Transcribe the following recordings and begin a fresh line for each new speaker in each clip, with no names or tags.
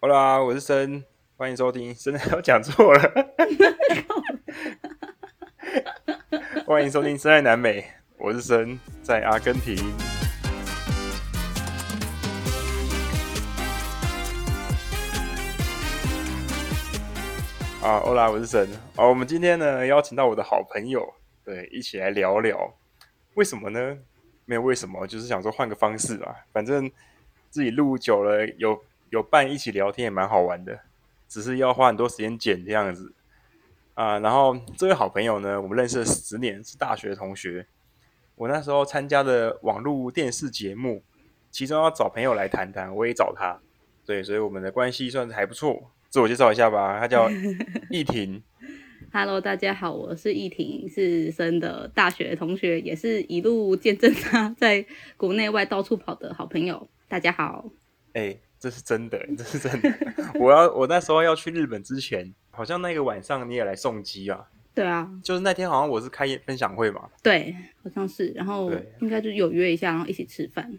Hola，我是森，欢迎收听。 真的要讲错了，欢迎收听《身在南美》，我是森，在阿根廷。啊，Hola，我是森。啊，我们今天呢邀请到我的好朋友，对，一起来聊聊。为什么呢？没有为什么，就是想说换个方式吧。反正自己录久了，有有伴一起聊天也蛮好玩的，只是要花很多时间剪这样子啊、然后这位好朋友呢，我们认识了十年，是大学同学。我那时候参加的网络电视节目，其中要找朋友来谈谈，我也找他。对，所以我们的关系算是还不错。自我介绍一下吧，他叫易婷。
Hello，大家好，我是易婷，是生的大学同学，也是一路见证他在国内外到处跑的好朋友。大家好，
哎、这是真的，这是真的。我要我那时候要去日本之前，好像那个晚上你也来送机啊，
对啊，
就是那天好像我是开分享会嘛，
对，好像是，然后
对
应该就有约一下，然后一起吃饭。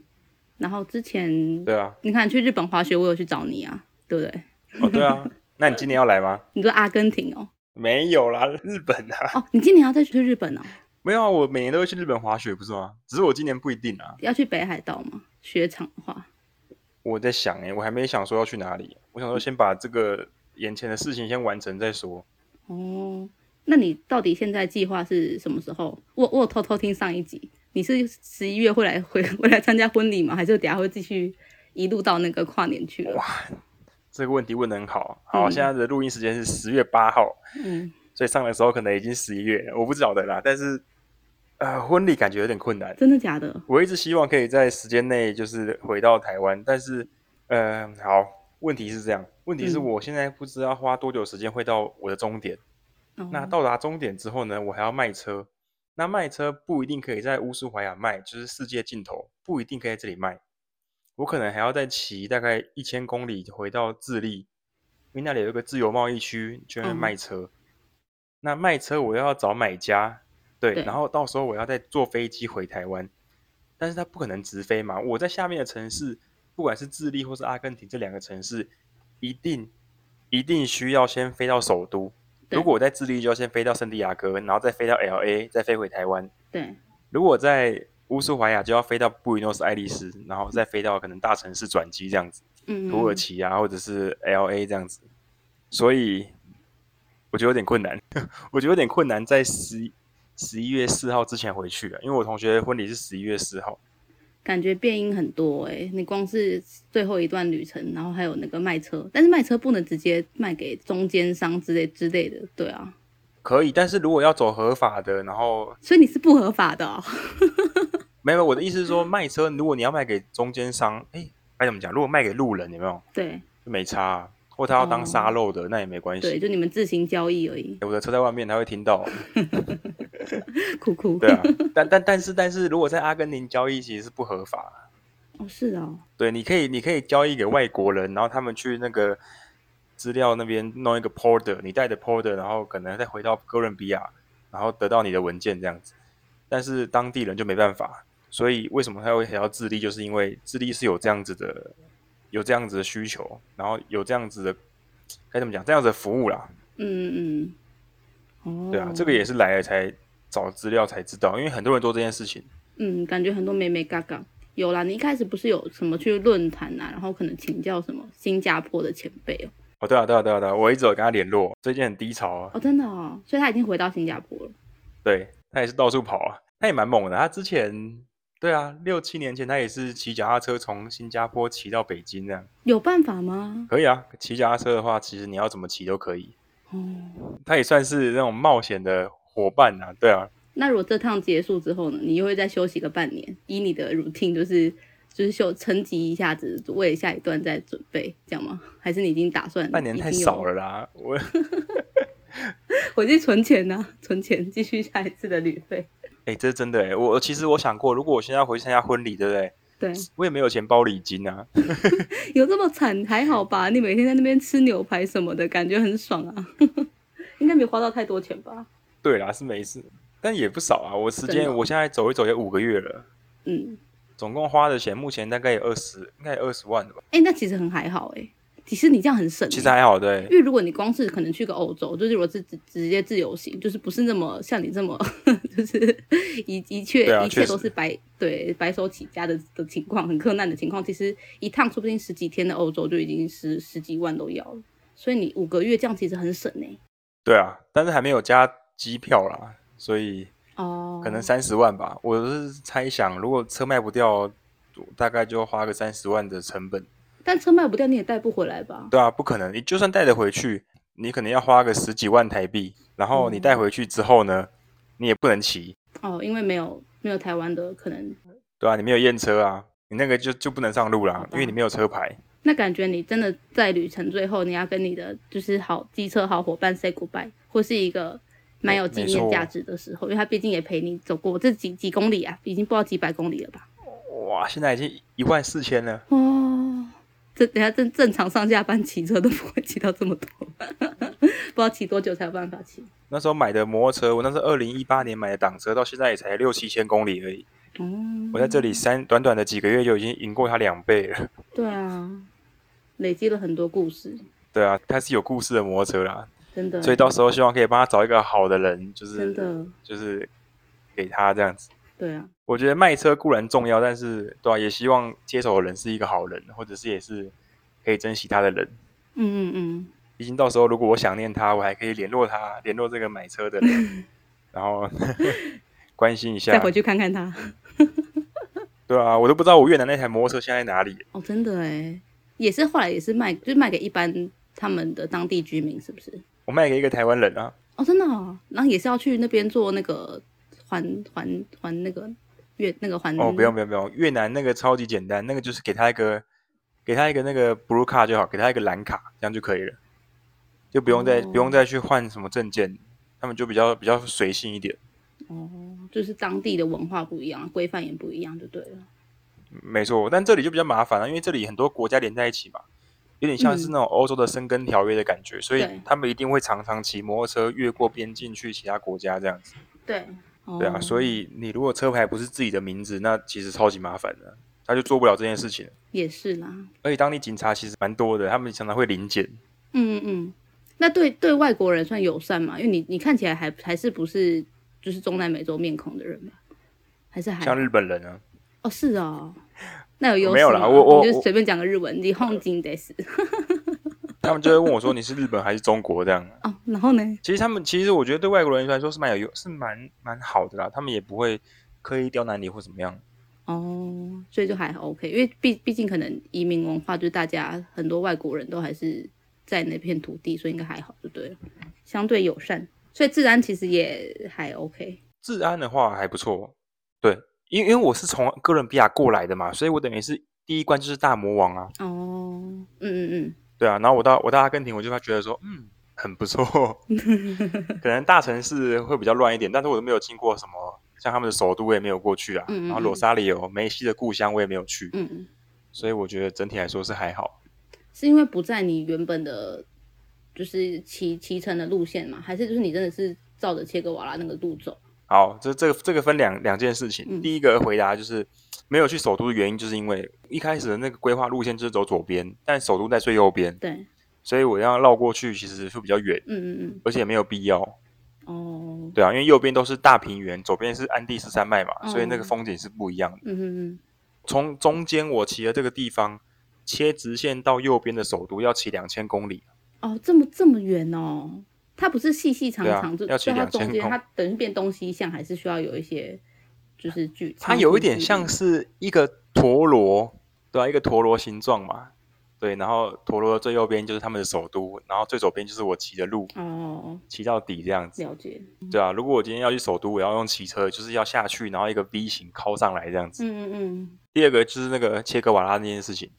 然后之前
对啊，
你看去日本滑雪，我有去找你啊，对不对？
哦对啊，那你今年要来吗？
你说阿根廷哦，
没有啦，日本啊，
哦，你今年要再去日本哦，
没有啊，我每年都会去日本滑雪，不是吗？只是我今年不一定啊，
要去北海道吗？雪场的话，
我在想哎、我还没想说要去哪里，我想说先把这个眼前的事情先完成再说。
哦，那你到底现在计划是什么时候？我我有偷偷听上一集，你是十一月会来回会来参加婚礼吗？还是等下会继续一路到那个跨年去了？
这个问题问得很好，啊好，
嗯
现在的录音时间是十月八号，
嗯，
所以上的时候可能已经十一月了，我不晓得啦，但是呃，婚礼感觉有点困难。
真的假的？
我一直希望可以在时间内就是回到台湾，但是，呃，好，问题是这样，问题是
嗯
我现在不知道花多久时间会到我的终点。
哦、
那到达终点之后呢，我还要卖车，那卖车不一定可以在乌苏怀亚卖，就是世界尽头不一定可以在这里卖，我可能还要再骑大概一千公里回到智利，因为那里有一个自由贸易区，就在那
嗯
卖车。那卖车我要找买家，对，
对
然后到时候我要再坐飞机回台湾，但是它不可能直飞嘛，我在下面的城市，不管是智利或是阿根廷这两个城市，一定一定需要先飞到首都。
对
如果我在智利，就要先飞到圣地亚哥，然后再飞到 L A，再飞回台湾。
对，
如果在乌苏怀亚，就要飞到布宜诺斯艾利斯，然后再飞到可能大城市转机这样子，
嗯，
土耳其啊，或者是 L A 这样子。所以我觉得有点困难， 我觉得有点困难在十十一月四号之前回去啊，因为我同学婚礼是十一月四号。
感觉变音很多哎、你光是最后一段旅程，然后还有那个卖车，但是卖车不能直接卖给中间商之类之类的，对啊，
可以，但是如果要走合法的，然后
所以你是不合法的、哦，
没有，我的意思是
嗯
说，卖车如果你要卖给中间商，哎，该怎么讲？如果卖给路人，有没有？
对
就没差啊、或他要当
哦
沙漏的，那也没关
对，
系。
就你们自行交易而已，
我的车在外面，他会听到。
酷酷，
对啊，但但但是但是如果在阿根廷交易其实是不合法的。
哦是哦，
对，你可以你可以交易给外国人，然后他们去那个资料那边弄一个 porter，你带着 porter，然后可能再回到哥伦比亚，然后得到你的文件这样子。但是当地人就没办法，所以为什么他会回到智利，就是因为智利是有这样子的有这样子的需求，然后有这样子的该怎么讲这样子的服务啦。
嗯嗯，嗯，哦，
对啊，这个也是来了才找资料才知道，因为很多人做这件事情。
嗯，感觉很多美美嘎嘎有啦。你一开始不是有什么去论坛啊，然后可能请教什么新加坡的前辈哦、
哦，对啊，对啊，对啊，对啊，我一直有跟他联络，最近很低潮啊。
哦，真的哦，所以他已经回到新加坡了。
对他也是到处跑啊，他也蛮猛的。他之前对啊，六七年前他也是骑脚踏车从新加坡骑到北京这样，
有办法吗？
可以啊。骑脚踏车的话，其实你要怎么骑都可以。
哦，
他也算是那种冒险的伙伴啊，对啊，
那如果这趟结束之后呢，你又会再休息个半年，以你的 routine 就是就是休沉寂一下子，为下一段再准备，这样吗？还是你已经打算
半年太少，了啦。我
回去存钱呢、 存钱继续下一次的旅费。
哎、这是真的哎、我我其实我想过，如果我现在回去参加婚礼，对不对？
对，
我也没有钱包礼金啊。
有这么惨还好吧？你每天在那边吃牛排什么的，感觉很爽啊， 应该没花到太多钱吧？
对啦，是没事，但也不少啊。我时
真的
间
哦
我现在走一走也五个月了，
嗯，
总共花的钱目前大概有二十，应该有二十万了吧。
哎、那其实很还好哎、其实你这样很省欸、
其实还好，对
因，为如果你光是可能去个欧洲，就是如果是直直接自由行，就是不是那么像你这么 就是一一切、
对啊
一
确
切
实
都是白对白手起家的的情况，很困难的情况，其实一趟说不定十几天的欧洲就已经十十几万都要了，所以你五个月这样其实很省呢、
对啊，但是还没有加机票啦，所以
哦，
可能三十万吧。我是猜想，如果车卖不掉，大概就花个三十万的成本。
但车卖不掉，你也带不回来吧？
对啊，不可能，你就算带得回去，你可能要花个十几万台币，然后
嗯
你带回去之后呢，你也不能骑，
哦，因为没有没有台湾的可能，
对啊，你没有验车啊，你那个就就不能上路
好
啦
吧，
因为你没有车牌。
那感觉你真的在旅程最后，你要跟你的就是好机车好伙伴 say goodbye，或是一个蛮有纪念价值的时候，因为他毕竟也陪你走过这几几公里啊，已经不知道几百公里了吧？
哇，现在已经一万四千了，
哦，这等一下正正常上下班骑车都不会骑到这么多，不知道骑多久才有办法骑。
那时候买的摩托车，我那是二零一八年买的挡车，到现在也才六七千公里而已。
嗯，
我在这里三短短的几个月就已经赢过它两倍了。
对啊，累积了很多故事，
对啊，它是有故事的摩托车啦，
真的，
所以到时候希望可以帮他找一个好的人，就
真
是
的，
就是给他这样子。
对啊，
我觉得卖车固然重要，但是对啊，也希望接手的人是一个好人，或者是也是可以珍惜他的人。
嗯嗯嗯。
毕竟到时候如果我想念他，我还可以联络他，联络这个买车的 人，然后 关心一
再
下
回。去看看他。
对啊，我都不知道我越南那台摩托车现在在哪里。
哦，真的哎，也是后来也是卖，就是卖给一般他们的当地居民，是不是？
我卖给一个台湾人啊，
哦，真的、哦，然后也是要去那边做那个还还还那个越那个还
哦，不用不用不用，越南那个超级简单，那个就是给他一个给他一个那个 blue 卡就好，给他一个蓝卡，这样就可以了，就不用再、不用再去换什么证件，他们就比较比较随性一点。
哦，就是当地的文化不一样，规范也不一样，就对了。
没错，但这里就比较麻烦了、啊因为这里很多国家连在一起嘛，有点像是那种欧洲的生根条约的感觉，所以
对
他们一定会常常骑摩托车越过边境去其他国家这样子。
对，哦、
对啊，所以你如果车牌不是自己的名字，那其实超级麻烦的，他就做不了这件事情。
也是啦。
而且当地警察其实蛮多的，他们常常会临检。
嗯嗯嗯，那对对外国人算友善嘛？因为你你看起来还还是不是就是中南美洲面孔的人吧？还是还
像日本人啊，
哦，是哦，那有优势
没有啦
吗
我我
你就
我
随便讲个日文，你honjin 得死
他们就会问我说你是日本还是中国这样。
哦。然后呢？
其实他们其实我觉得对外国人来说是蛮有是蛮蛮好的啦，他们也不会刻意刁难你或怎么样。
哦，所以就还 OK，因为毕毕竟可能移民文化，就是大家很多外国人都还是在那片土地，所以应该还好，就对了，相对友善，所以治安其实也还 OK。
治安的话还不错，对，因因为我是从哥伦比亚过来的嘛，所以我等于是第一关就是大魔王啊，
哦，嗯嗯嗯，
对啊，然后我到我到阿根廷，我就会觉得说，嗯，很不错， 可能大城市会比较乱一点，但是我都没有经过什么，像他们的首都我也没有过去啊，
嗯嗯
然后
嗯
罗萨里有梅西的故乡我也没有去，
嗯，
所以我觉得整体来说是还好。
是因为不在你原本的，就是骑骑乘的路线嘛，还是就是你真的是照着切格瓦拉那个路走？
好，这这个这个分两两件事情。
嗯
第一个回答就是没有去首都的原因，就是因为一开始的那个规划路线就是走左边，但首都在最右边，
对，
所以我要绕过去其实就比较远，
嗯嗯
而且也没有必要。
嗯，哦，
对啊，因为右边都是大平原，左边是安第斯山脉嘛，
嗯
所以那个风景是不一样的。
嗯嗯嗯。
从中间我骑的这个地方切直线到右边的首都要骑两千公里，
哦，这么这么远哦，它不是细细长
对啊
长，就
要
就
骑
它
2000
中间，
公
它等于变东西向，还是需要有一些就是距，
它有一点
长
像
度
是一个陀螺，对啊，一个陀螺形状嘛。对，然后陀螺的最右边就是他们的首都，然后最左边就是我骑的路，
距离哦，
骑到底这样子。
了解，
对啊，如果我今天要去首都，我要用骑车，就是要下去，然后一个 V 型靠上来这样子。
嗯嗯嗯，
第二个就是那个切格瓦拉那件事情，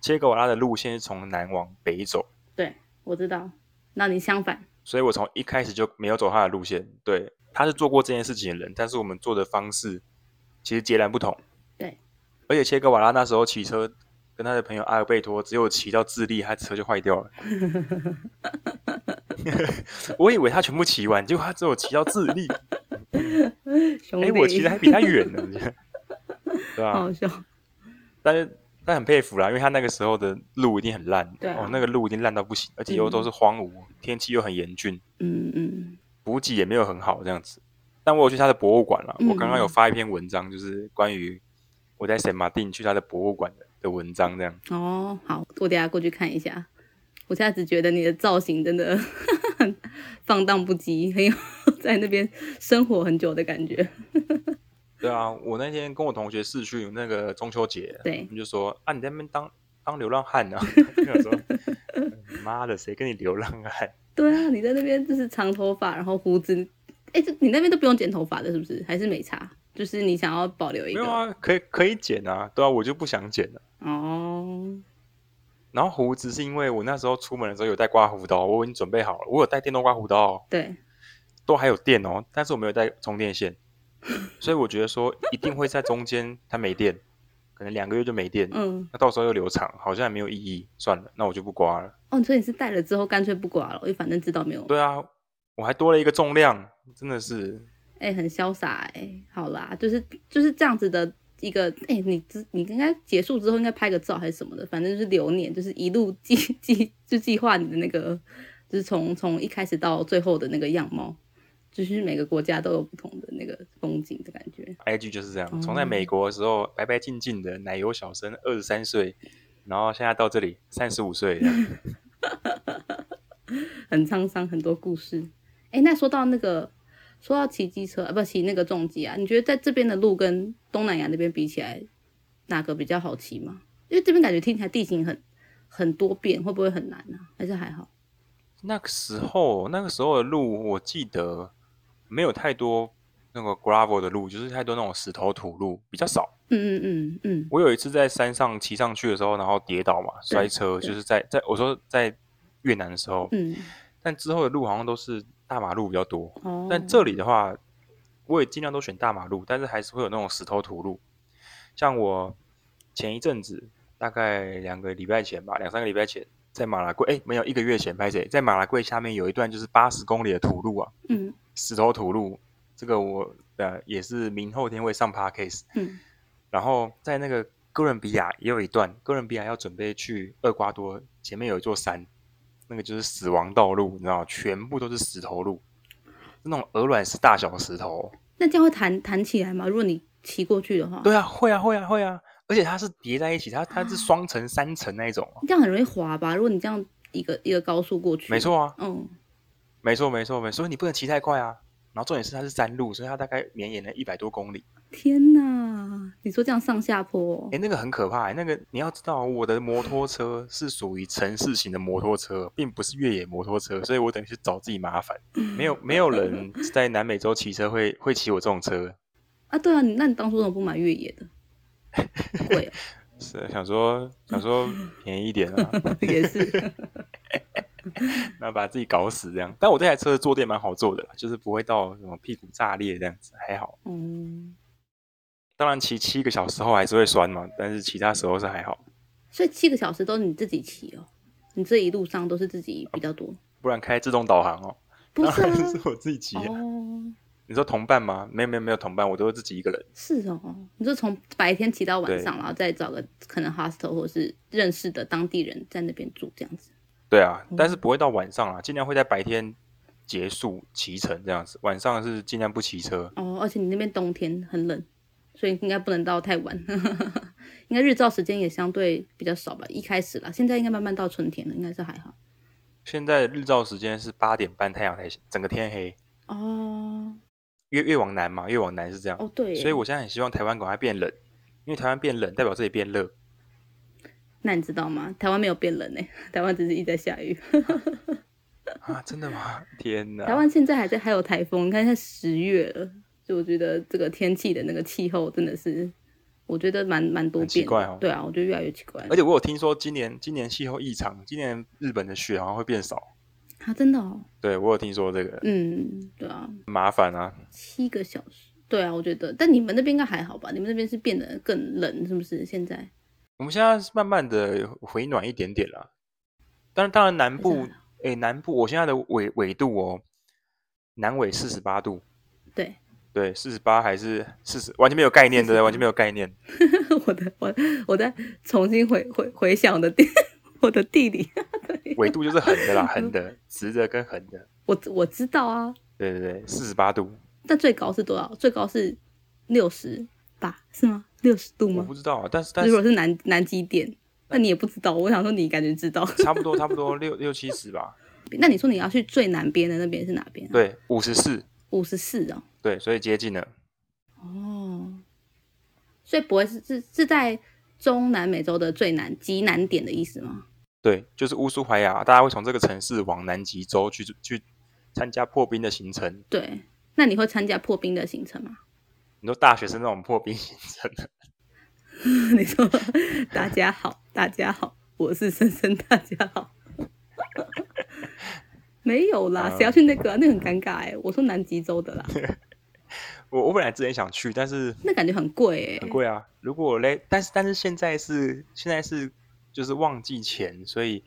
切格瓦拉的路线是从南往北走，
对，我知道。那你相反，
所以我从一开始就没有走他的路线。对，他是做过这件事情的人，但是我们做的方式其实截然不同。
对，
而且切格瓦拉那时候骑车跟他的朋友阿尔贝托，只有骑到智利，他车就坏掉 了。我以为他全部骑完，结果他只有骑到智 利，
兄
哎、
弟， 哦
我骑的还比他远呢，对吧、啊
好笑，
但是但很佩服啦，因为他那个时候的路一定很烂，
对啊
哦，那个路一定烂到不行，而且又都是荒芜，天气又很严峻，
嗯嗯，
补给也没有很好这样子。但我有去他的博物馆了，
嗯
我刚刚有发一篇文章，就是关于我在圣马丁去他的博物馆的的文章，这样
哦，好，我等一下过去看一下。我现在只觉得你的造型真的很 放荡不羁，很有 在那边生活很久的感觉。
对啊，我那天跟我同学试去那个中秋节，
对
他们就说啊，你在那边当当流浪汉啊，我想说，妈的，谁跟你流浪汉？
对啊，你在那边就是长头发，然后胡子，哎、这你那边都不用剪头发的，是不是？还是没差？就是你想要保留一
没
个
有啊，可以可以剪啊，对啊，我就不想剪了。
哦，
然后胡子是因为我那时候出门的时候有带刮胡刀，我已经准备好了，我有带电动刮胡刀哦，
对，
都还有电哦，但是我没有带充电线，所以我觉得说一定会在中间它没电，可能两个月就没电，
嗯，
那到时候又留长，好像也没有意义，算了，那我就不刮了。
哦，所以你是戴了之后干脆不刮了，因为反正知道没有，
对啊，我还多了一个重量，真的是
哎、很潇洒哎、好啦，就是就是这样子的一个，哎、你之你应该结束之后应该拍个照还是什么的，反正就是留念，就是一路 计计就计划你的那个，就是从从一开始到最后的那个样貌，就是每个国家都有不同的那个风景的感觉。
IG 就是这样。
哦
从在美国的时候白白净净的奶油小生，二十三岁，然后现在到这里三十五岁这样，
很沧桑，很多故事。哎、那说到那个，说到骑机车啊，不骑那个重机啊，你觉得在这边的路跟东南亚那边比起来，哪个比较好骑吗？因为这边感觉听起来地形很很多变，会不会很难啊？还是还好？
那个时候，那个时候的路，我记得没有太多那个 gravel 的路，就是太多那种石头土路比较少。
嗯嗯嗯嗯，
我有一次在山上骑上去的时候，然后跌倒嘛，摔车，
对
就是在在我说在越南的时候，
嗯
但之后的路好像都是大马路比较多。
哦。
但这里的话，我也尽量都选大马路，但是还是会有那种石头土路。像我前一阵子，大概两个礼拜前吧，两三个礼拜前，在马拉圭，哎，没有一个月前拍谁，在马拉圭下面有一段就是八十公里的土路啊，
嗯
石头土路。这个我呃也是明后天会上 p a r k a s
嗯
然后在那个哥伦比亚也有一段，哥伦比亚要准备去厄瓜多，前面有一座山，那个就是死亡道路，你知道吗，全部都是石头路，那种鹅卵石大小的石头。
那这样会弹弹起来吗？如果你骑过去的话，
对啊，会啊，会啊，会啊，而且它是叠在一起，它它是双层、三层那一种哦。
这样很容易滑吧？如果你这样一个一个高速过去，
没，错啊，
嗯，
没错，没错，没错，所以你不能骑太快啊。然后重点是它是山路，所以它大概绵延了一百多公里。
天哪！你说这样上下坡哦、
哎，那个很可怕、欸。那个你要知道，我的摩托车是属于城市型的摩托车，并不是越野摩托车，所以我等于是找自己麻烦。
嗯
没有没有人在南美洲骑车会会骑我这种车，
啊，对啊，你那你当初怎么不买越野的？贵啊、
是想说想说便宜一点啊，
也 是，
那把自己搞死这样。但我这台车的坐垫蛮好坐的啦，就是不会到什么屁股炸裂这样子，还好。
嗯，
当然骑七个小时后还是会酸嘛，但是其他时候是还好，
所以七个小时都是你自己骑哦，你这一路上都是自己比较多，
不然开自动导航哦。
不
当
是
然
啊？
是我自己骑、啊。
哦，
你说同伴吗？没有没有没有同伴，我都是自己一个人。
是哦，你就从白天骑到晚
对
上，然后再找个可能 hostel 或是认识的当地人在那边住这样子。
对啊，但
嗯
是不会到晚上啦，尽量会在白天结束骑程这样子，晚上是尽量不骑车。
哦，而且你那边冬天很冷，所以应该不能到太晚， 应该日照时间也相对比较少吧。一开始啦，现在应该慢慢到春天了，应该是还好。
现在日照时间是八点半，太阳才整个天黑。
哦，
越越往南嘛，越往南是这样，
哦对耶，
所以我现在很希望台湾赶快变冷，因为台湾变冷代表这里变热。
那你知道吗？台湾没有变冷呢、 台湾只是一直在下雨。
啊，真的吗？ 天哪！
台湾现在还在还有台风，你看现在十月了，所以我觉得这个天气的那个气候真的是，我觉得蛮蛮多
很奇
变的。
怪哦
对啊，我觉得越来越奇怪
而。且我有听说今年今年气候异常，今年日本的雪好像会变少。
啊，真的哦，
对我有听说这个
嗯，对啊，
麻烦啊，
七个小时。对啊，我觉得，但你们那边应该还好吧？你们那边是变得更冷，是不是？现在
我们现在是慢慢的回暖一点点啦。当然，当然南
还是
部
很，
诶，南部我现在的纬纬度哦，南纬四十八度，
对，
对，四十八还是四十，完全没有概念，对不对，完全没有概念。
我的我我在重新回回回想我的地 我的地理， 对
纬度就是横的 啦，横的、直的跟横的。
我我知道啊，
对对对，四十八度，
但最高是多少？最高是六十吧？是吗？六十度
我
吗
不？知道，啊 但是但
嗯如果
是
是南南极点，那你也不知道。我想说你感觉知道。
差不多差不多六六七十吧。
那你说你要去最南边的那边是哪边、啊？，
对，五十四，
五十四哦。
对，所以接近了。
哦，所以不会是是是在中南美洲的最南极南点的意思吗？
对，就是乌苏怀亚，大家会从这个城市往南极洲去去参加破冰的行程。
对，那你会参加破冰的行程吗？
你说大学生那种破冰行程，
你说大家好，大家好，我是森森，大家好。没有啦，谁要去那个啊、那个很尴尬哎、我说南极洲的 啦，
我我本来之前想去，但是
那感觉很贵哎、
很贵啊。如果嘞，但是但是现在是现在是就是旺季前，所以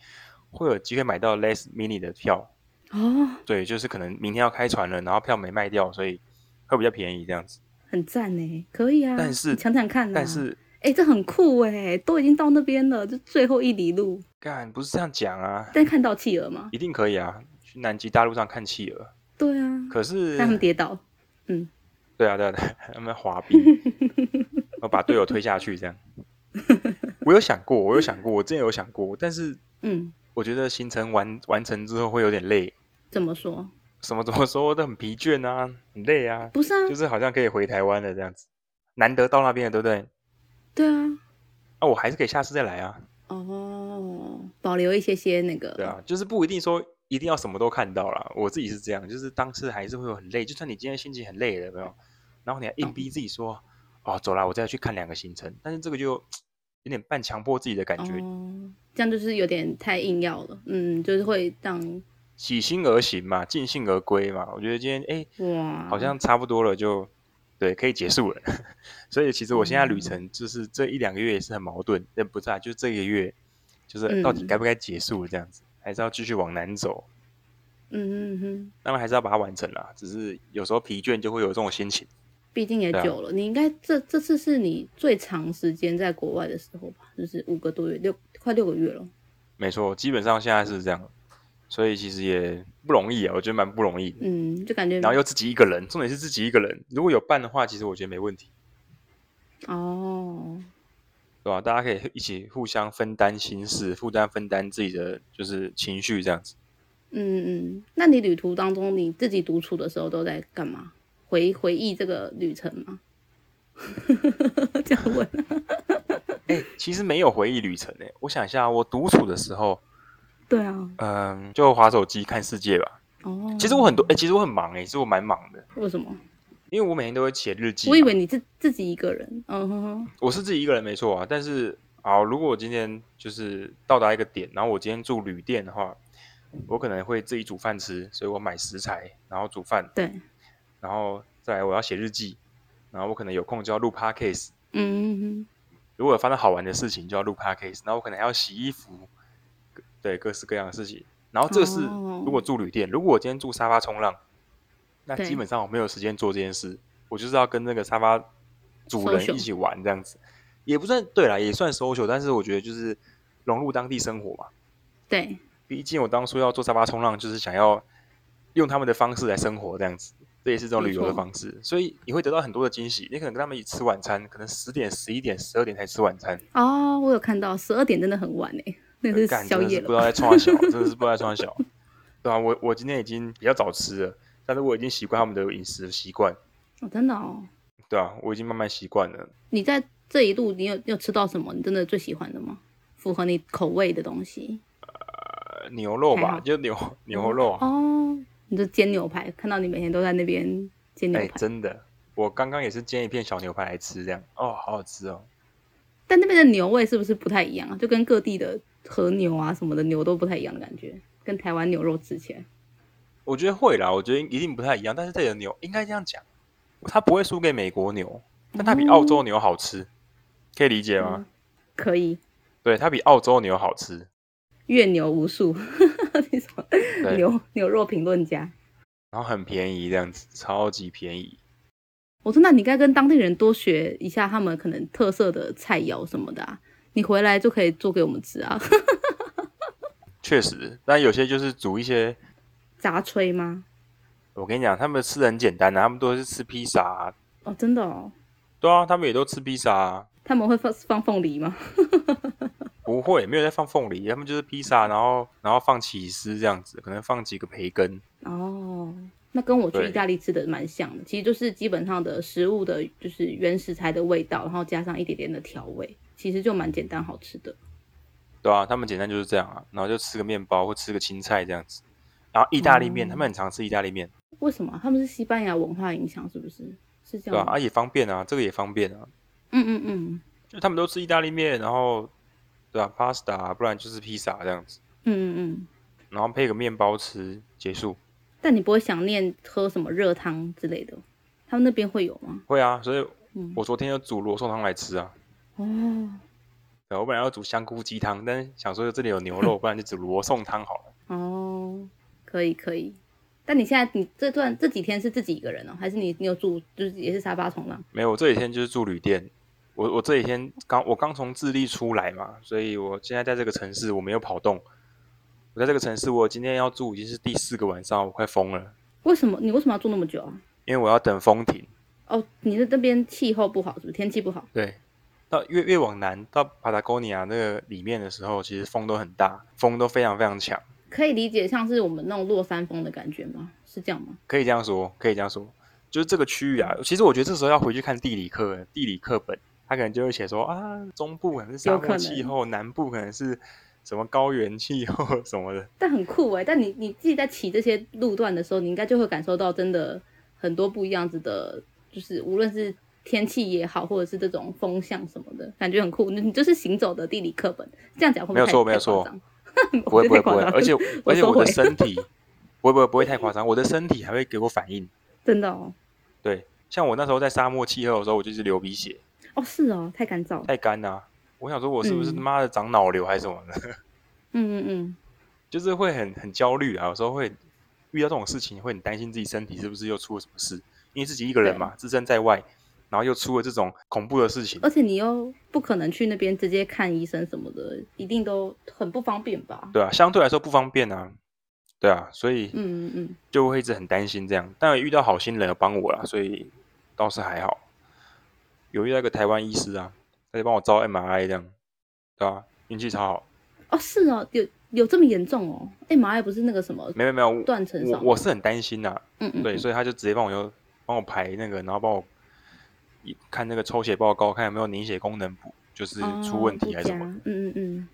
会有机会买到 less mini 的票。
哦，
对，就是可能明天要开船了，然后票没卖掉，所以会比较便宜这样子。
很赞哎、可以啊。
但是
你想想看啦，
但是
哎、这很酷哎、都已经到那边了，就最后一里路，
干不是这样讲啊，
但看到企鹅吗？
一定可以啊。去南极大陆上看企鹅，
对啊，
可是
让他们跌倒，嗯，
对啊，对啊，对 啊他们滑冰，我把队友推下去这样。我有想过，我有想过，我之前有想过，但是
嗯，
我觉得行程完完成之后会有点累，
怎么说？
什么怎 么说都很疲倦啊，很累啊，
不是啊，
就是好像可以回台湾了这样子，难得到那边了，对不对？
对啊，
啊，我还是可以下次再来啊，
哦，保留一些些那个，
对啊，就是不一定说一定要什么都看到啦，我自己是这样，就是当时还是会有很累，就算你今天心情很累了，有没有，然后你还硬逼自己说，哦，走啦，我再去看两个行程，但是这个就有点半强迫自己的感觉，
哦，这样就是有点太硬要了，嗯，就是会让
喜新而行嘛，尽兴而归嘛。我觉得今天哎，
哇，
好像差不多了就，对，可以结束了。 所以其实我现在旅程
嗯
就是这一两个月也是很矛盾，但不是啊，就这一个月，就是到底
嗯
该不该结束这样子，还是要继续往南走。
嗯嗯嗯，
当然还是要把它完成啦，只是有时候疲倦就会有这种心情。
毕竟也
对啊
久了，你应该这这次是你最长时间在国外的时候吧？就是五个多月，六快六个月了。
没错，基本上现在是这样，所以其实也不容易啊，我觉得蛮不容易的。
嗯，就感觉
然后又自己一个人，重点是自己一个人。如果有伴的话，其实我觉得没问题。
哦，
对吧、大家可以一起互相分担心事，负担分担自己的就是情绪这样子。
嗯嗯，那你旅途当中你自己独处的时候都在干嘛？回回忆这个旅程吗？ 这样问，
哎、其实没有回忆旅程哎、我想一下，我独处的时候，
对啊，
嗯、就划手机看世界吧。
哦，
其实我很多哎、其实我很忙哎、其实我蛮忙的，
为什么？
因为我每天都会写日记嘛。
我以为你自自己一个人，嗯哼哼，
我是自己一个人没错啊，但是好，如果我今天就是到达一个点，然后我今天住旅店的话，我可能会自己煮饭吃，所以我买食材，然后煮饭，
对，嗯
然后再来我要写日记，然后我可能有空就要录 podcast。
嗯嗯嗯，
如果有发生好玩的事情，就要录 podcast，然后我可能还要洗衣服，各对各式各样的事情。然后这是
哦
如果住旅店，如果我今天住沙发冲浪，那
对
基本上我没有时间做这件事，我就是要跟那个沙发主人
Social
一起玩这样子，也不算对啦，也算 social，但是我觉得就是融入当地生活嘛。
对，
毕竟我当初要做沙发冲浪，就是想要用他们的方式来生活这样子，这也是这种旅游的
没错
方式，所以你会得到很多的惊喜。你可能跟他们一起吃晚餐，可能十点、十一点、十二点才吃晚餐。
哦，我有看到，十二点真的很晚哎，那个
干真
是宵
的
夜
是
了
不知道
吧，
在冲小，真的是不知道在冲小。对啊，我我今天已经比较早吃了，但是我已经习惯他们的饮食习惯，
哦，真的哦，
对啊，我已经慢慢习惯了。
你在这一路你有你有吃到什么？你真的最喜欢的吗？符合你口味的东西
呃，牛肉
还好
吧，就牛牛肉啊，
哦，你就煎牛排，看到你每天都在那边煎牛
哎、
排，
真的，我刚刚也是煎一片小牛排来吃，这样哦，好好吃哦。
但那边的牛味是不是不太一样啊？就跟各地的和牛啊什么的牛都不太一样的感觉，跟台湾牛肉吃起来。
我觉得会啦，我觉得一定不太一样，但是这里的牛应该这样讲，它不会输给美国牛，但它比澳洲牛好吃，可以理解吗？
哦嗯可以，
对，它比澳洲牛好吃。
越牛无数， 那种
对，
牛牛肉评论家。
然后很便宜，这样子超级便宜。
我说那你该跟当地人多学一下他们可能特色的菜肴什么的啊，你回来就可以做给我们吃啊。
确实，但有些就是煮一些，
杂炊吗？
我跟你讲，他们吃的很简单的、他们都是吃披萨啊、
哦，真的哦，
对啊，他们也都吃披萨、啊，
他们会放放凤梨吗？
不会没有在放凤梨，他们就是披萨，然后然后放起司这样子，可能放几个培根，
哦，那跟我去
对
意大利吃的蛮像的，其实就是基本上的食物的，就是原食材的味道，然后加上一点点的调味，其实就蛮简单好吃的。
对啊，他们简单就是这样啊，然后就吃个面包或吃个青菜这样子。然后意大利面，
哦
他们很常吃意大利面，
为什么他们是西班牙文化影响？是不是？是这
对吧、
样
啊？
吗？
也方便啊，这个也方便啊，
嗯嗯嗯
就他们都吃意大利面，然后对啊，pasta，啊不然就是披萨这样子，
嗯嗯嗯。
然后配个面包吃，结束。
但你不会想念喝什么热汤之类的？他们那边会有吗？
会啊，所以
嗯
我昨天就煮罗宋汤来吃啊。
哦
对，我本来要煮香菇鸡汤，但是想说这里有牛肉，不然就煮罗宋汤好了。
哦，可以可以。但你现在你这段这几天是自己一个人哦，还是你你有住就是也是沙发床上？
没有，我这几天就是住旅店。我我这几天刚我刚从智利出来嘛，所以我现在在这个城市我没有跑动。我在这个城市，我今天要住已经是第四个晚上，我快疯了，
为什么你为什么要住那么久啊？
因为我要等风停。
哦，你是这边气候不好，是不是天气不好？
对，到越越往南到帕塔哥尼亚那个里面的时候，其实风都很大，风都非常非常强，
可以理解像是我们那种落山风的感觉吗？是这样吗？
可以这样说，可以这样说，就是这个区域啊。其实我觉得这时候要回去看地理课，地理课本，它可能就会写说啊，中部可能是沙
有可
漠
能
气候，南部可能是什么高原气候 什么的。
但很酷哎、但你你自己在骑这些路段的时候，你应该就会感受到真的很多不一样子的，就是无论是天气也好，或者是这种风向什么的，感觉很酷。你你就是行走的地理课本，这样讲会不会
没有
太
错没有
太
错
夸张
不会
我觉
不会不
得太夸
会，
张了
而且而且
收
我的
回
身体不会不会不会太夸张，我的身体还会给我反应。
真的哦，
对，像我那时候在沙漠气候的时候，我就是流鼻血，
哦是哦，太干燥了。
太干啦、我想说，我是不是
嗯
他妈的长脑瘤还是什么的？
嗯嗯嗯，
就是会很很焦虑啊，有时候会遇到这种事情，会很担心自己身体是不是又出了什么事，因为自己一个人嘛，置身在外，然后又出了这种恐怖的事情
而，且你又不可能去那边直接看医生什么的，一定都很不方便吧？
对啊，相对来说不方便啊，对啊，所以
嗯嗯嗯。
就会一直很担心这样。但遇到好心人有帮我啦，所以倒是还好。有遇到一个台湾医师啊，他就帮我照 MRI 这样，对啊，运气超好。
哦，是哦，有有这么严重哦？M I 不是那个什么
没有没有，我
断层
我
上？
我是很担心呐、
嗯嗯，
对，所以他就直接帮我又帮我排那个，然后帮我一看那个抽血报告，看有没有凝血功能不就是
哦
出问
不
题还是什
加
么，
嗯嗯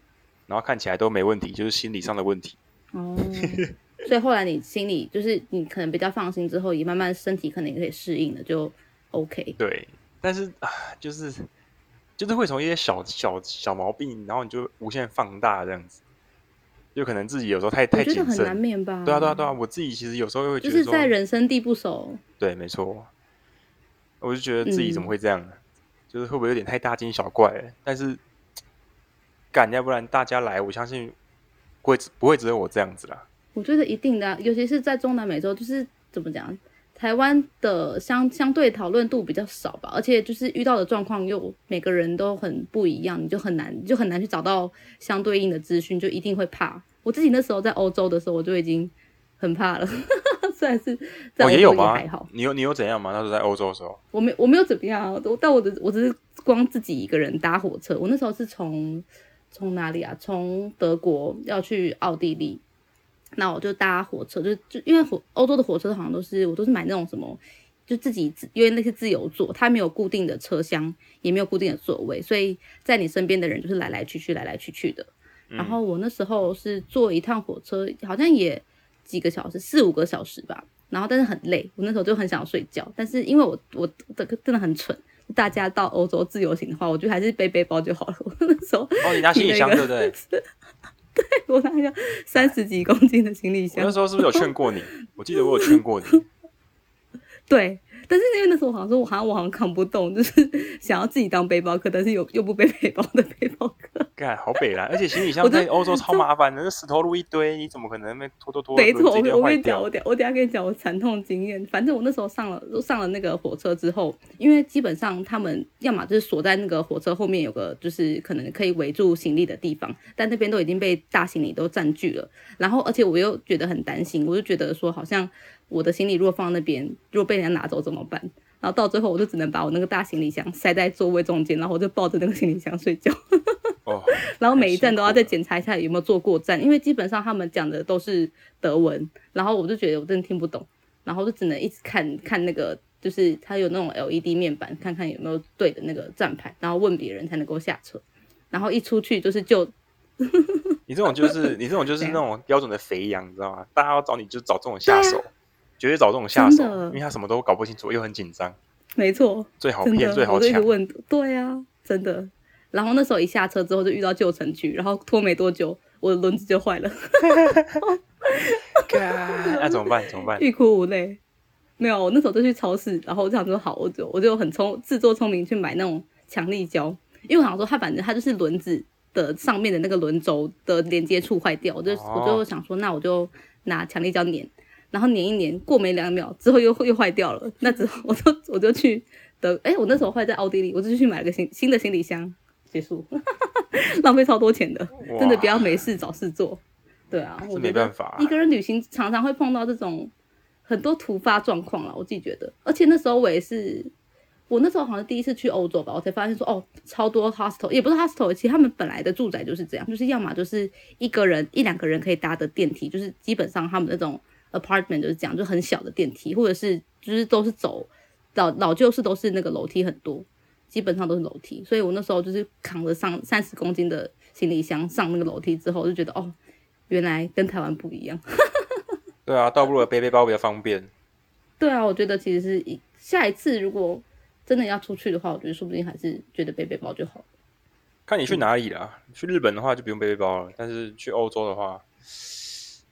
然后看起来都没问题，就是心理上的问题。
嗯，哦。所以后来你心里就是你可能比较放心之后，也慢慢身体可能也可以适应了，就 OK。
对，但是啊，就是就是会从一些小小小毛病，然后你就无限放大这样子，就可能自己有时候太
我
太
觉得
谨
很难
慎。
免吧？
对啊，对啊，对啊，我自己其实有时候会觉
就
得
是
说，
在人生地不熟，
对，没错，我就觉得自己怎么
嗯
会这样呢？啊就是会不会有点太大惊小怪了？但是，干，要不然大家来，我相信会不会只有我这样子啦？
我觉得一定的啊、尤其是在中南美洲，就是怎么讲，台湾的相相对讨论度比较少吧，而且就是遇到的状况又每个人都很不一样，你就很难你就很难去找到相对应的资讯，就一定会怕。我自己那时候在欧洲的时候，我就已经很怕了， 虽然是在
哦，
欧洲
也有吗
还好，？
你有你有怎样吗？那时候在欧洲的时候，
我没我没有怎么样啊，我但我的我只是光自己一个人搭火车，我那时候是从从哪里啊？从德国要去奥地利，那我就搭火车，就就因为火欧洲的火车好像都是我都是买那种什么。就自己自因为那些自由座，它没有固定的车厢，也没有固定的座位，所以在你身边的人就是来来去去，来来去去的。然后我那时候是坐一趟火车，好像也几个小时，四五个小时吧。然后但是很累，我那时候就很想睡觉，但是因为我我这个真的很蠢。大家到欧洲自由行的话，我觉得还是背背包就好了。 我那时候
哦，你拿行李
那
箱
个
对不 对？
我拿一个三十几公斤的行李
我那
箱，
时候是不是有劝过你？我记得我有劝过你，
对，但是因为那时候我好像说，我好像我好像扛不动，就是想要自己当背包客，但是又又不背背包的背包客，
干好北蓝，而且行李箱
我真
在欧洲超麻烦的，那石头路一堆，你怎么可能那边拖拖拖？
没错，
轮子一定
我
要
我跟
坏
你讲，
掉
我。等我等一下跟你讲我惨痛经验。反正我那时候上了上了那个火车之后，因为基本上他们要么就是锁在那个火车后面有个就是可能可以围住行李的地方，但那边都已经被大行李都占据了。然后而且我又觉得很担心，我就觉得说好像我的行李如果放那边，如果被人家拿走怎么办？然后到最后，我就只能把我那个大行李箱塞在座位中间，然后我就抱着那个行李箱睡觉。
哦，
然后每
太
一
辛
站
苦
都要再
了
检查一下有没有坐过站，因为基本上他们讲的都是德文，然后我就觉得我真的听不懂，然后就只能一直看看那个，就是它有那种 LED 面板，看看有没有对的那个站牌，然后问别人才能够下车。然后一出去就是就
你这种就是你这种就是
对啊
那种标准的肥羊，你知道吗？大家要找你就找这种下手，绝对找这种下手
真的，
因为他什么都搞不清楚，又很紧张，
没错，
最好
真
骗，
的，
最哦好
我就一直
抢。
问，对啊，真的。然后那时候一下车之后就遇到旧城区，然后拖没多久我的轮子就坏了。
干， 那怎么办？怎么办？
欲哭无泪。没有，我那时候就去超市，然后我就想说好，我就我就很聪自作聪明去买那种强力胶，因为我想说它反正它就是轮子的上面的那个轮轴的连接处坏掉，我就、
哦
我就想说那我就拿强力胶粘，然后粘一粘，过没两秒之后又又坏掉了，那之后 我就我就去德，哎，我那时候坏在奥地利，我就去买了个新新的行李箱，结束， 浪费超多钱的，
哇
真的不要没事找事做。对啊，我
这
觉
没
得
办法啊
一个人旅行常常会碰到这种很多突发状况了，我自己觉得。而且那时候我也是，我那时候好像第一次去欧洲吧，我才发现说，哦，超多 hostel，也不是 hostel，其实他们本来的住宅就是这样，就是要么就是一个人一两个人可以搭的电梯，就是基本上他们那种 apartment 就是这样，就很小的电梯，或者是就是都是走老老旧式都是那个楼梯很多，基本上都是楼梯，所以我那时候就是扛着上三十公斤的行李箱上那个楼梯之后，就觉得哦，原来跟台湾不一样。
对啊，倒不如背背包比较方便。
对啊，我觉得其实是一下一次如果真的要出去的话，我觉得说不定还是觉得背背包就好了。
看你
嗯
去哪里啦，去日本的话就不用背背包了，但是去欧洲的话，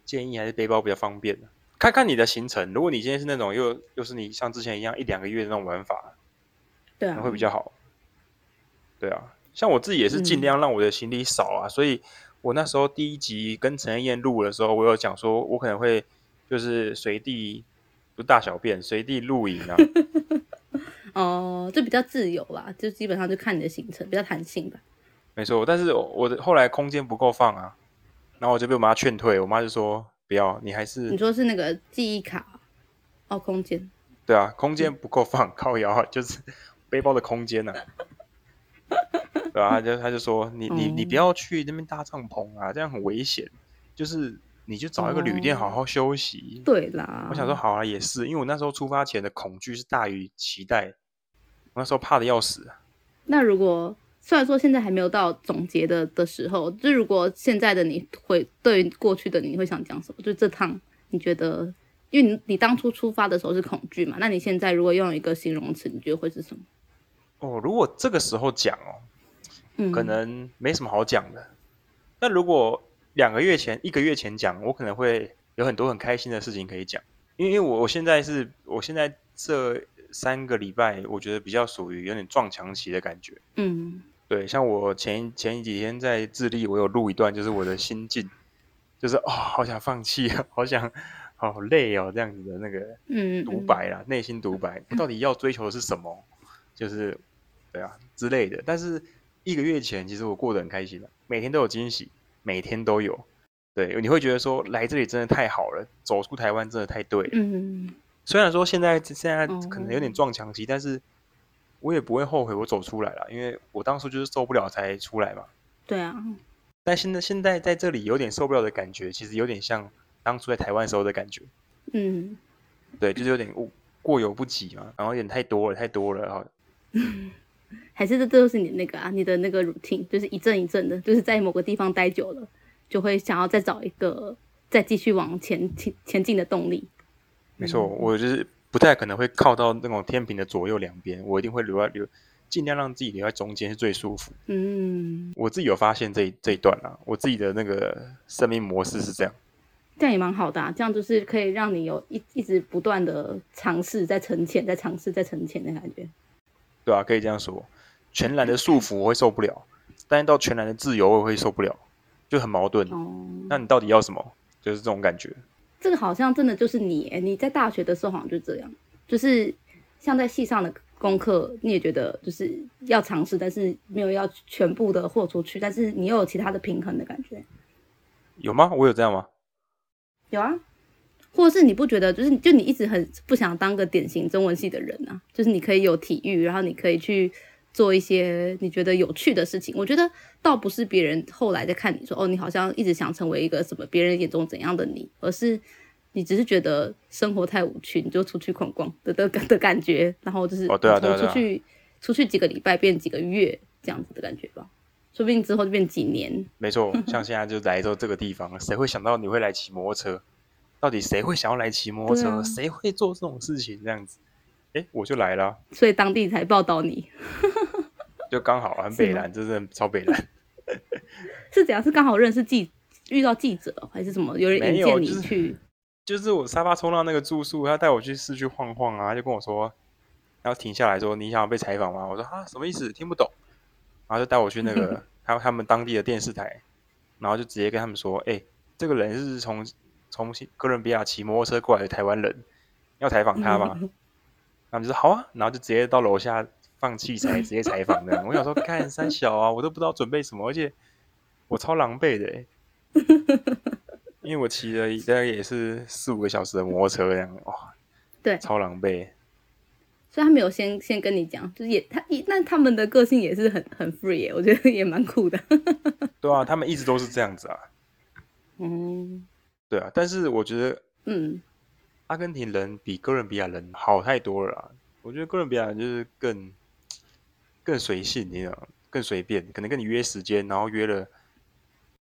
建议还是背包比较方便。看看你的行程，如果你今天是那种又又是你像之前一样一两个月的那种玩法，
对
那
啊，
会比较好。对啊，像我自己也是
嗯
尽量让我的行李少啊，所以我那时候第一集跟陈燕燕录的时候，我有讲说我可能会就是随地不是大小便，随地露营啊，
哦、就比较自由啦，就基本上就看你的行程，比较弹性吧。
没错，但是我我的后来空间不够放啊，然后我就被我妈劝退，我妈就说不要，你还
你
是
说是那个记忆卡哦，空间
对啊，空
嗯
间不够放， 靠腰啊就是背包的空间呐、啊，对啊，她就她就说你
哦
你你不要去那边搭帐篷啊，这样很危险，就是你就找一个旅店
哦
好好休息。
对啦。
我想说，好啊，也是，因为我那时候出发前的恐惧是大于期待，我那时候怕的要死。啊
那如果虽然说现在还没有到总结的的时候，就如果现在的你会对于过去的你会想讲什么？就这趟你觉得，因为你你当初出发的时候是恐惧嘛，那你现在如果用一个形容词，你觉得会是什么？
哦，如果这个时候讲哦，
嗯，
可能没什么好讲的。那如果两个月前、一个月前讲，我可能会有很多很开心的事情可以讲，因为因为我我现在是我现在这三个礼拜，我觉得比较属于有点撞墙期的感觉。
嗯，
对，像我前前几天在智利，我有录一段，就是我的心境，就是哦，好想放弃啊，好想好累哦，这样子的那个
嗯嗯，
独白啦，内心独白，我到底要追求的是什么？就是对啊之类的。但是一个月前，其实我过得很开心的，每天都有惊喜，每天都有。对，你会觉得说来这里真的太好了，走出台湾真的太对了。
嗯，嗯，
虽然说现在现在可能有
哦
点撞墙期，但是我也不会后悔我走出来了，因为我当初就是受不了才出来嘛。
对啊，
但现在现在在这里有点受不了的感觉，其实有点像当初在台湾时候的感觉。
嗯，
对，就是有点过过犹不及嘛，然后有点太多了，太多了哈。
还是这这就是你那个啊，你的那个 routine，就是一阵一阵的，就是在某个地方待久了，就会想要再找一个再继续往前前前进的动力。
没错，我就是不太可能会靠到那种天平的左右两边，我一定会留在留，尽量让自己留在中间是最舒服。
嗯，
我自己有发现这一这一段啊，我自己的那个生命模式是这样，
这样也蛮好的、啊，这样就是可以让你有一一直不断的尝试，在沉潜，在尝试，在沉潜的感觉。
对啊，可以这样说。全然的束缚我会受不了，但是到全然的自由我也会受不了，就很矛盾。
哦，
那你到底要什么？就是这种感觉。
这个好像真的就是你耶，你在大学的时候好像就这样，就是像在系上的功课，你也觉得就是要尝试，但是没有要全部的豁出去，但是你又有其他的平衡的感觉。
有吗？我有这样吗？
有啊，或者是你不觉得就是就你一直很不想当个典型中文系的人啊？就是你可以有体育，然后你可以去做一些你觉得有趣的事情。我觉得倒不是别人后来在看你说哦，你好像一直想成为一个什么别人眼中怎样的你，而是你只是觉得生活太无趣，你就出去逛逛的的的感觉，然后就是
哦对啊对啊
从出去、出去几个礼拜变几个月这样子的感觉吧，说不定之后就变几年。
没错，像现在就来到这个地方，谁会想到你会来骑摩托车？到底谁会想要来骑摩托
对
车？
啊
谁会做这种事情？这样子，哎，我就来了，
所以当地才报道你
就刚好很
是
北
吗
蓝，真的超北蓝。
是怎样？是刚好认识记遇到记者哦，还是什么？有人
没
引
有
荐你
就是
去？
就是我沙发冲浪那个住宿，他带我去市区晃晃啊，他就跟我说，然后停下来说你想要被采访吗？我说啊什么意思？听不懂。然后就带我去那
嗯
个他他们当地的电视台，然后就直接跟他们说，哎，这个人是从从哥伦比亚骑摩托车过来的台湾人，要采访他
嗯
吗？他们就说好啊，然后就直接到楼下放器材，直接采访的。我想说，看三小啊，我都不知道准备什么，而且我超狼狈的欸，因为我骑了大概也是四五个小时的摩托车这样，哇，
对，
超狼狈。
所以他没有先先跟你讲，就是也他一那他们的个性也是很很 free 耶，我觉得也蛮酷的。
对啊，他们一直都是这样子啊，
嗯
对啊。但是我觉得
嗯，
阿根廷人比哥伦比亚人好太多了啦。我觉得哥伦比亚人就是更更随性，你知道吗，更随便，可能跟你约时间，然后约了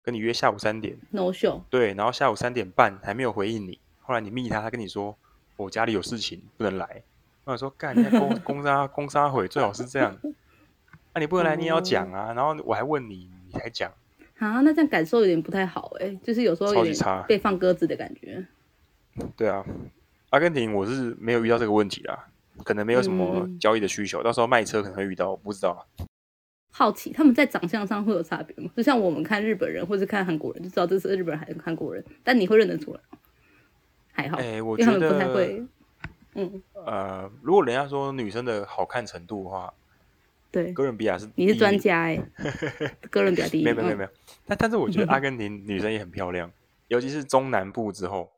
跟你约下午三点。
no show，
对，然后下午三点半还没有回应你，后来你密他，他跟你说我家里有事情不能来，我想说干，你在 公公杀公杀回，最好是这样。啊，你不能来，你也要讲
哦
啊。然后我还问你，你才讲，
啊，那这样感受有点不太好哎，就是有时候有
超级差
点被放鸽子的感觉。
对啊。阿根廷我是没有遇到这个问题啦，可能没有什么
嗯
交易的需求，到时候卖车可能会遇到，我不知道。
好奇他们在长相上会有差别吗？就像我们看日本人或是看韩国人，就知道这是日本人还是韩国人，但你会认得出来吗？还好，
哎，我
因
觉
为他们不太
得
会。嗯，
呃，如果人家说女生的好看程度的话，
对，
哥伦比亚是
你是
第一
专
名
家哎，哥伦比亚第一，
没有没有没有
嗯
没有，但但是我觉得阿根廷女生也很漂亮，尤其是中南部之后，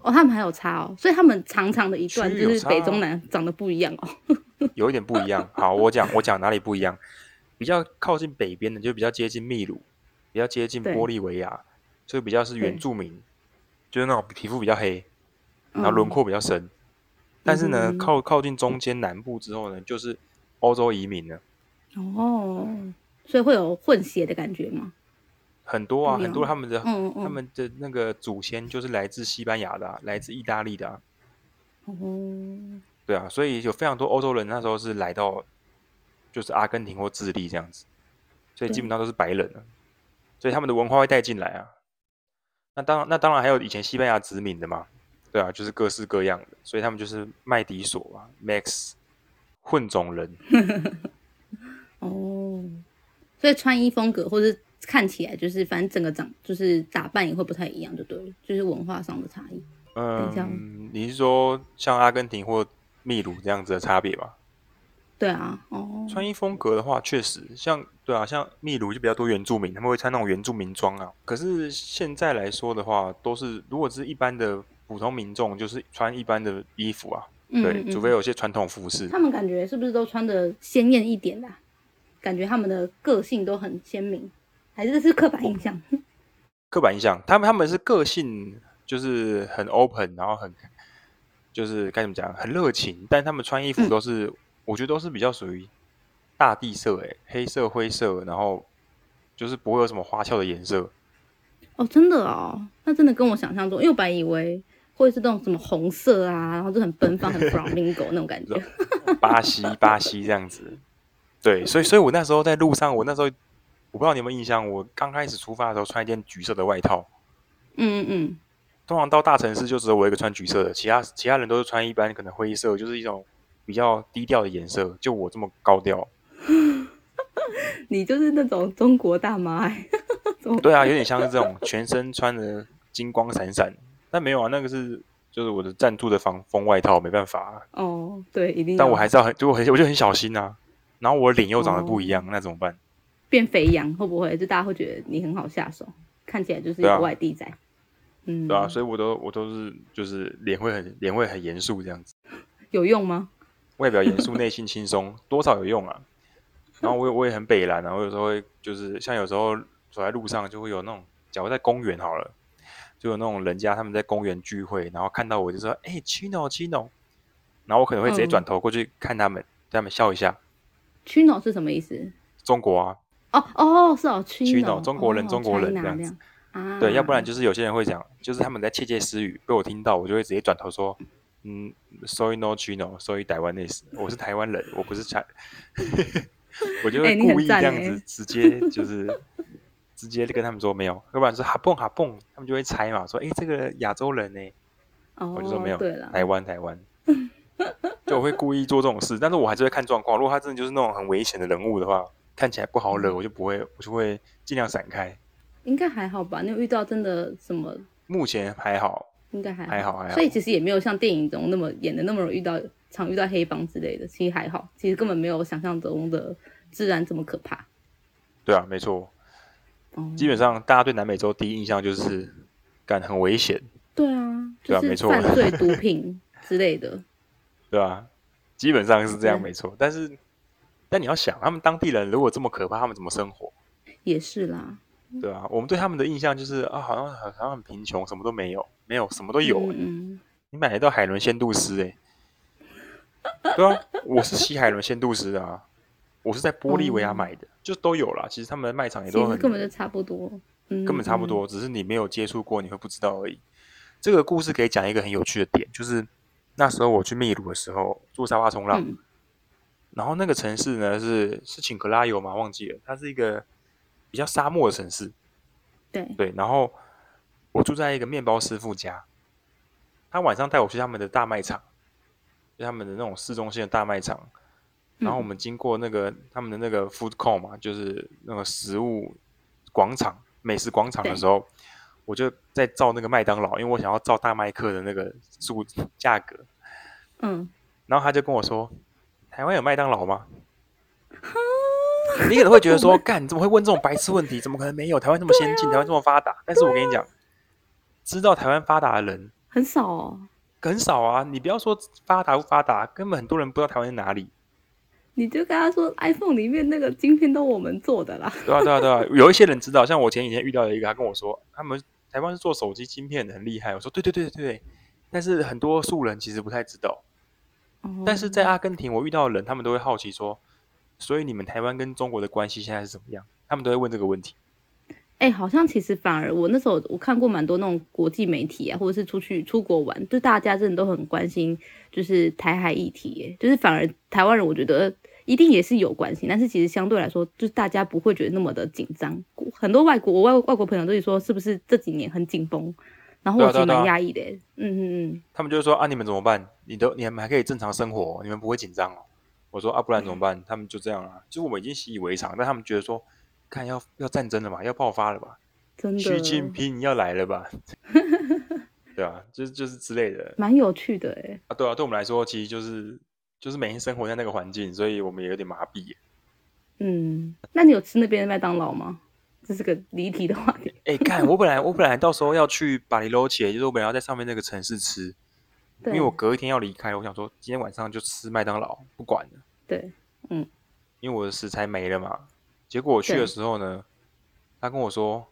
哦，他们还有差哦，所以他们长长的一段
区域
就
有
是
差
北
啊
中南长得不一样哦。
有一点不一样。 好，我讲我讲哪里不一样，比较靠近北边的就比较接近秘鲁，比较接近
对
玻利维亚，所以比较是原
对
住民，就是那种皮肤比较黑，然嗯后轮廓比较深。但是呢，
嗯
靠靠近中间南部之后呢，就是欧洲移民了，
嗯哦，所以会有混血的感觉吗？
很多啊，
不一
很多
样
他们的、
嗯嗯，
他们的那个祖先就是来自西班牙的、啊，来自意大利的、啊，
嗯哦，
对啊，所以有非常多欧洲人那时候是来到就是阿根廷或智利这样子，所以基
对
本上都是白人了，所以他们的文化会带进来啊。那当那当然还有以前西班牙殖民的嘛，对啊，就是各式各样的，所以他们就是麦迪索啊，Max 混种人，
哦，所以穿衣风格或是看起来就是，反正整个长就是打扮也会不太一样，就对了，就是文化上的差异。一下
嗯，你是说像阿根廷或秘鲁这样子的差别吧？
对啊，哦，
穿衣风格的话，确实像对啊，像秘鲁就比较多原住民，他们会穿那种原住民装啊。可是现在来说的话，都是如果是一般的普通民众，就是穿一般的衣服啊，
嗯
对，
嗯嗯
除非有些传统服饰。
他们感觉是不是都穿的鲜艳一点的啊、感觉他们的个性都很鲜明，还是这是刻板印象？
刻板印象，他们他们是个性就是很 open，然后很就是该怎么讲，很热情，但他们穿衣服
嗯
都是、我觉得都是比较属于大地色、欸，黑色、灰色，然后就是不会有什么花俏的颜色。
哦，真的哦，那真的跟我想象中，因为我本来以为会是那种什么红色啊，然后就很奔放、很 flamingo 那种感 觉。
巴西，巴西这样子。对，所以，所以我那时候在路上，我那时候我不知道你有没有印象，我刚开始出发的时候穿一件橘色的外套，
嗯嗯嗯，
通常到大城市就只有我一个穿橘色的，其他其他人都是穿一般可能灰色，就是一种比较低调的颜色。就我这么高调，
你就是那种中国大妈、欸，怎么
对啊，有点像是这种全身穿的金光闪闪。但没有啊，那个是就是我的赞助的防风外套，没办法啊、
哦，对，一定要。
但我还是要很，就我很我就很小心啊。然后我脸又长得不一样，那怎么办？
变肥羊会不会就大家会觉得你很好下手？看起来就是
对
一个
啊
外地仔。嗯，
对啊，所以我都我都是就是脸会很脸会很严肃这样子，
有用吗？
外表 严肃，内心轻松，多少有用啊。然后我也我也很北蓝啊，我有时候会就是像有时候走在路上就会有那种，假如在公园好了，就有那种人家他们在公园聚会，然后看到我就说：“哎、c h i n o Chino。”然后我可能会直接
嗯
转头过去看他们，对他们笑一下。
chino 是什么意思？
中国啊，
哦哦，是哦
Chino，
，chino，
中国人
哦
中国人
China
这样子
样啊。
对，要不然就是有些人会讲，就是他们在窃窃私语，被我听到，我就会直接转头说，嗯，sorry no chino, sorry 台湾 s 我是台湾人，我不是 China，我就
哎
会
你很
故意这
赞
样
哎
子，直接 就是直接跟他们说没有，要不然说哈蹦哈蹦，他们就会猜嘛，说哎、这个亚洲人呢、
哦，
我就说没有，哎
对了，
台湾台湾，就我会故意做这种事，但是我还是会看状况，如果他真的就是那种很危险的人物的话，看起来不好
嗯
惹，我就不会，我就会尽量闪开。
应该还好吧？你有遇到真的什么？
目前还好，
应该还
还好还好
所以其实也没有像电影中那么演的那么容易遇到常遇到黑帮之类的，其实还好，其实根本没有想象中的自然这么可怕。
对啊，没错，
哦，
基本上大家对南美洲第一印象就是，感很危险，
对啊，
对
就
啊没
是
错
犯 罪、毒品之类的。
对吧、基本上是这样，
对
没错。但是，但你要想，他们当地人如果这么可怕，他们怎么生活？
也是啦，
对啊，我们对他们的印象就是啊，好像好像很贫穷，什么都没有，没有什么 都有、
嗯嗯，
你买得到海伦仙度丝哎、 对啊，我是吸海伦仙度丝的啊，我是在玻利维亚
哦
买的，就都有啦。其实他们的卖场也
其
都很
实根本就差不多，嗯，
根本差不
嗯。
多，只是你没有接触过，你会不知道而已。这个故事可以讲一个很有趣的点，就是那时候我去秘鲁的时候住沙发冲浪，
嗯
然后那个城市呢是是请克拉尤嘛，忘记了，它是一个比较沙漠的城市，
对，
对。然后我住在一个面包师傅家，他晚上带我去他们的大卖场，就他们的那种市中心的大卖场，然后我们经过那个他们的那个 food court 嘛，就是那个食物广场、美食广场的时候，我就在照那个麦当劳，因为我想要照大麦克的那个数价格。
嗯，
然后他就跟我说：“台湾有麦当劳吗？”你可能会觉得说：“ 干，你怎么会问这种白痴问题？怎么可能没有？台湾这么先进，台湾这么发达。”但是我跟你讲，知道台湾发达的人
很少哦。
很少啊。你不要说发达不发达，根本很多人不知道台湾在哪里。
你就跟他说 iPhone 里面那个晶片都我们做的啦，
对啊，对啊，对啊， 有一些人知道，像我前几天遇到了一个，他跟我说，他们台湾是做手机晶片的，很厉害。我说对对对对对，但是很多素人其实不太知道。
哦
但是在阿根廷，我遇到的人，他们都会好奇说，所以你们台湾跟中国的关系现在是怎么样？他们都会问这个问题。
哎、好像其实反而我那时候我看过蛮多那种国际媒体啊，或者是出去出国玩，就大家真的都很关心，就是台海议题耶，就是反而台湾人我觉得一定也是有关心，但是其实相对来说，就是大家不会觉得那么的紧张。很多外国我外外国朋友都会说，是不是这几年很紧绷？然后
对啊
我其实
对啊
蛮
对啊
压抑的耶，嗯嗯
他们就会说啊，你们怎么办？你都你们还可以正常生活哦、你们不会紧张哦。我说啊，不然
嗯
怎么办？他们就这样啊，就我们已经习以为常，但他们觉得说，看要要战争了吧，要爆发了吧，
嗯，真
习近
的
平要来了 吧，对啊，就是就是之类的。
蛮有趣的哎。
啊，对啊，对我们来说，其实就是就是每天生活在那个环境，所以我们也有点麻痹耶。
嗯，那你有吃那边的麦当劳吗？这是个离题的话题。
哎，看我本来我本来到时候要去巴黎罗切，就是我本来要在上面那个城市吃，因
对
为我隔一天要离开，我想说今天晚上就吃麦当劳，不管了，
对，
因为我的食材没了嘛。结果我去的
对
时候呢，他跟我说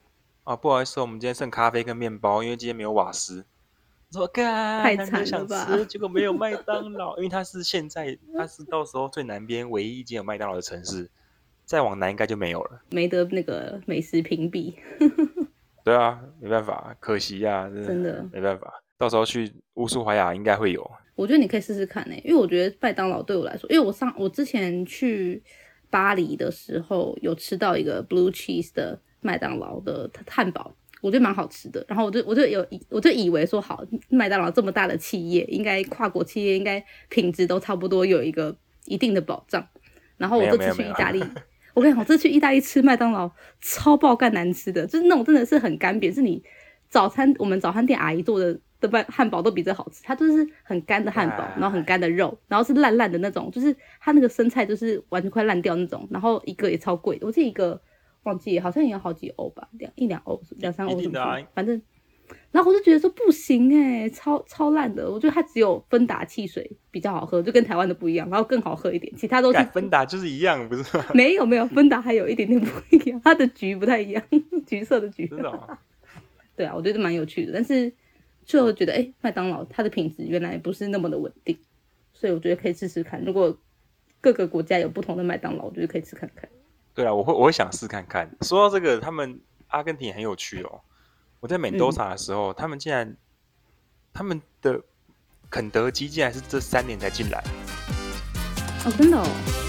啊，不好意思，我们今天剩咖啡跟面包，因为今天没有瓦斯。我说干，
太
难得
惨了
想
吧
吃，结果没有麦当劳，因为它是现在它是到时候最南边唯一一间有麦当劳的城市，再往南应该就没有了。
没得那个美食评比。
对啊，没办法，可惜呀、真的
真的
没办法。到时候去乌苏怀亚应该会有，
我觉得你可以试试看呢、因为我觉得麦当劳对我来说，因为我上我之前去巴黎的时候有吃到一个 blue cheese 的麦当劳的汉堡，我觉得蛮好吃的。然后我就我就有我就以为说好，麦当劳这么大的企业，应该跨国企业应该品质都差不多，有一个一定的保障。然后我
没有
这
没有
次去
没
意
有
大利，我跟你讲，我这次去意大利吃麦当劳超爆干难吃的，就是那种真的是很干瘪，是你早餐我们早餐店阿姨做的的汉汉堡都比这好吃，它就是很干的汉堡
哎，
然后很干的肉，然后是烂烂的那种，就是它那个生菜就是完全快烂掉那种，然后一个也超贵，我记得一个忘记好像也要好几欧吧，两一两欧两三欧
一
什
定
么
的
的，
啊
反正。然后我就觉得说不行哎、超超烂的。我觉得它只有芬达汽水比较好喝，就跟台湾的不一样，然后更好喝一点，其他都是
改芬达就是一样，不是吗？
没有没有，芬达还有一点点不一样，它的橘不太一样， 橘色的橘。
真的、哦，
对啊，我觉得蛮有趣的，但是就觉得哎，麦当劳它的品质原来不是那么的稳定，所以我觉得可以试试看。如果各个国家有不同的麦当劳，我觉得可以试看看。
对啊，我会我会想试看看。说到这个，他们阿根廷很有趣哦。我在美多
嗯
查的时候，他们竟然他们的肯德基竟然是这三年才进来，
哦，真的哦，